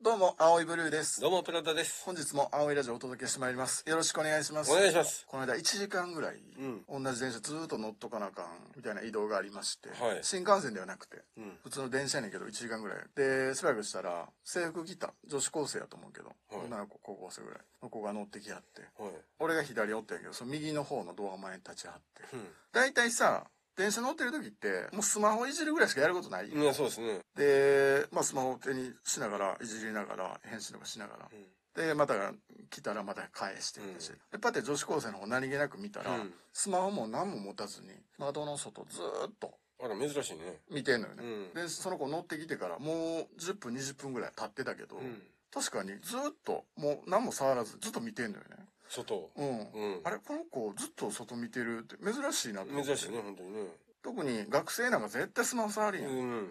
どうも、青いブルーです。どうも、プラダです。本日も青いラジオをお届けしてまいります。よろしくお願いします。お願いします。この間1時間ぐらい、うん同じ電車ずーっと乗っとかなあかんみたいな移動がありまして、はい新幹線ではなくて、うん普通の電車やねんけど1時間ぐらいでしばらくしたら制服着た女子高生やと思うけど、はい女の子高校生ぐらいの子が乗ってきはってはい。俺が左おったんやけどその右の方のドア前に立ちはってう大体さ電車乗ってる時ってもうスマホいじるぐらいしかやることない、ん。いや、そうですね。で、まあ、スマホを手にしながらいじりながら返信とかしながらうん。でまた来たらまた返してみたし、うんでパッて女子高生の方何気なく見たら、うんスマホも何も持たずに窓の外ずーっとあら、珍しいね。見てんのようね、ん。でその子乗ってきてからもう10分20分ぐらい経ってたけど、うん。確かにずーっともう何も触らずずっと見てんのよね外。うん、うんあ。れこの子ずっと外見てるって珍しいなって珍しいね、本当にね。特に学生なんか絶対スマホ触りうやん、ん。ね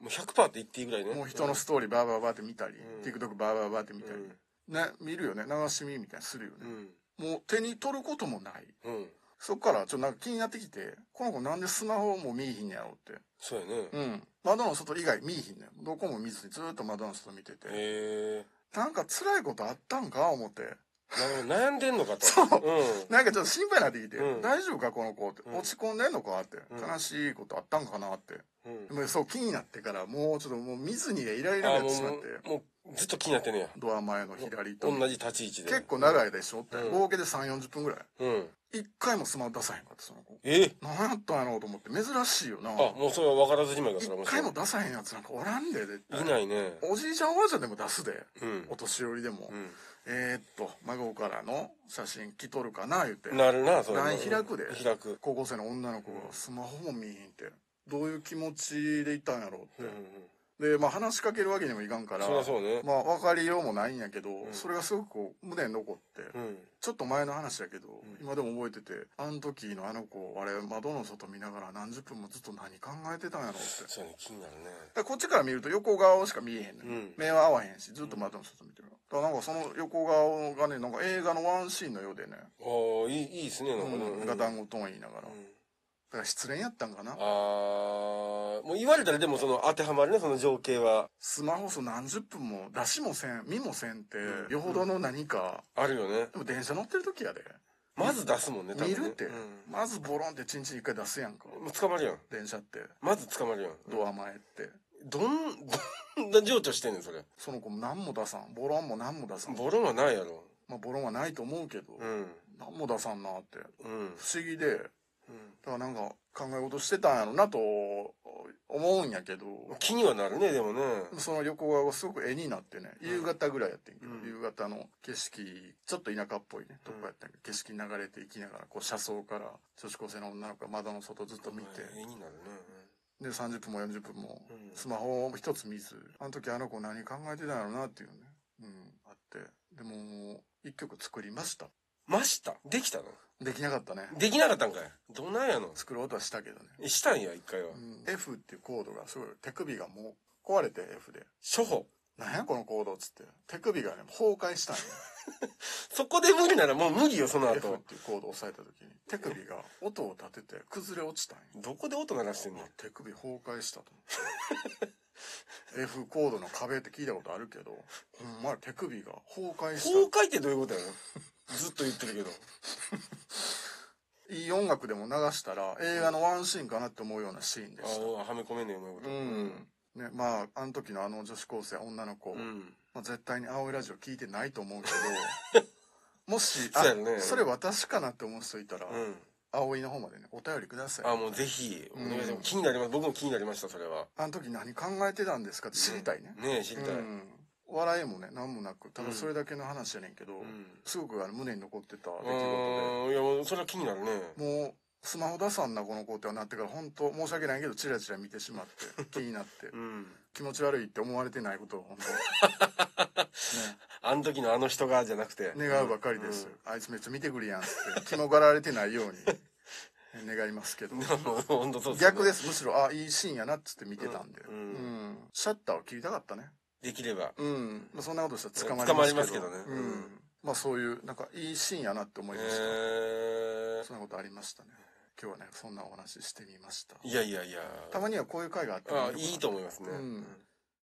もう100%って言っていいぐらいね。もう人のストーリーバーバーバーって見たり、うん TikTok バーバーバーって見うたり、ん。ね見るよね流し見みたいなのするようね、ん。もう手に取ることもないうん。そっからちょっとなんか気になってきてこの子なんでスマホも見いひんやろってそうやね。うん窓の外以外見いひんねんどこも見ずにずーっと窓の外見てて、へえ。なんか辛いことあったんか思ってなるほど、悩んでんのか と。そううん。なんかちょっと心配になってきて、うん大丈夫かこの子って、うん落ち込んでんのかって、うん悲しいことあったんかなってうんで。もそう気になってからもうちょっともう見ずにでいられなあくー、なってしまっもてう、もう、ずっと気になってんねや。ドア前の左と同じ立ち位置で。結構長い。いでしょって、うん合計で3 4 0分ぐらいうん。一回もスマホ出さへんかってその子え何やったんやろうと思って珍しいよなあ、もうそれは分からずじまいだ一から、回もう出さへんやつなんかおらんで絶対いないね。おじいちゃんおばあちゃんでも出すでうんお。年寄りでも、うえー、っと孫からの写真来とるかな言ってん。なるな、それは。 LINE 開くで開く。高校生の女の子がスマホも見えへんってどういう気持ちでいったんやろううんっうて、ん。でまあ話しかけるわけにもいかんからそりゃそうね。まあ分かりようもないんやけど、んそれがすごくこう胸に残って、うん。ちょっと前の話だけど、ん今でも覚えててあの時のあの子あれ窓の外見ながら何十分もずっと何考えてたんやろうってだかそうね、気になるね。らこっちから見ると横顔しか見えへんね、うん目は合わへんしずっと窓の外見てるだからなんかその横顔がねなんか映画のワンシーンのようでねああ、いい、いいですね、なんかね。うん、ガタンゴトーン言いながら、うだんから失恋やったんかなああ、もう言われたらでもその当てはまるね、その情景は。スマホそう何十分も出しもせん見もせんって、うんよほどの何かあるよね。でも電車乗ってる時やでまず出すもんね、多分見ねるって、うんまずボロンってチンチン一回出すやんかもう捕まるやん。電車ってまず捕まるやん。ドア前って、どん、どんな情緒してんねん、それ。その子も何も出さんボロンも何も出さん、ボロンはないやろ。まあ、ボロンはないと思うけど、うん。何も出さんなってうん。不思議でだうからんなんか考え事してたんやろなと思うんやけど気にはなるね、でもね。その横顔がすごく絵になってねうん夕方ぐらいやってんけど、うん夕方の景色ちょっと田舎っぽいねとうんこやったんやけど、景色流れていきながらこう車窓から女子高生の女の子が窓の外ずっと見て、絵になるね。で30分も40分もうんスマホを一つ見ずあの時あの子何考えてたんやろうなっていうねうんあってでも一曲作りましたましたできたのできなかったねできなかったんかい。どないやの作ろうとはしたけどね、えしたんや、一回はう。ん F っていうコードがすごい手首がもう壊れて F で初歩。なんやこのコードっつって手首がね崩壊したんよそこで無理ならもう無理よ、その F っ後。ていうコードを押さえた時に手首が音を立てて崩れ落ちたんよどこで音鳴らしてんのあ手首崩壊したと 思って F コードの壁って聞いたことあるけどほんまや手首が崩壊した崩壊ってどういうことやのずっと言ってるけど。いい音楽でも流したら映画のワンシーンかなって思うようなシーンでしああ、はめ込めねえよ、うまいこた。と。うん。ね、まあ、あの時のあの女子高生、女の子、うん。まあ、絶対に青いラジオ聞いてないと思うけど、 もし、そうやねあ、それ私かなって思う人いたら、うん。青いの方までね、お便りください。ああ、もうぜひ、お願いします。うん気になります。僕も気になりました、それは。あの時何考えてたんですかって知りたいね。ねえ、知りたうい。うん。ん。笑いもね、何もなく、ただうんそれだけの話やねんけど、すごくあの胸に残ってた出来事で、うん。いや、もうそれは気になるね。もうスマホ出さんなこの子ってなってから本当申し訳ないけどチラチラ見てしま って気になってうん。気持ち悪いって思われてないことを本 あの時のあの人が、じゃなくて。当、ね、願うばかりです、あいつめっちゃ見てくるやんって気もがられてないように願いますけどうん。でも、本当そう逆ですすむしろあいいシーンやなっつって見てたんで、ううんんうんシャッターを切りたかったねね。できれば。うん、まあ、そんなことしたら捕ま捕まりりまますすけけどどねうんうんまあそういうなんかいいシーンやなって思いました、えそんなことありましたね今日はねそんなお話ししてみましたー。いやいやいや。たまにはこういう回があってもああ、いいのかないいと思いますね。うん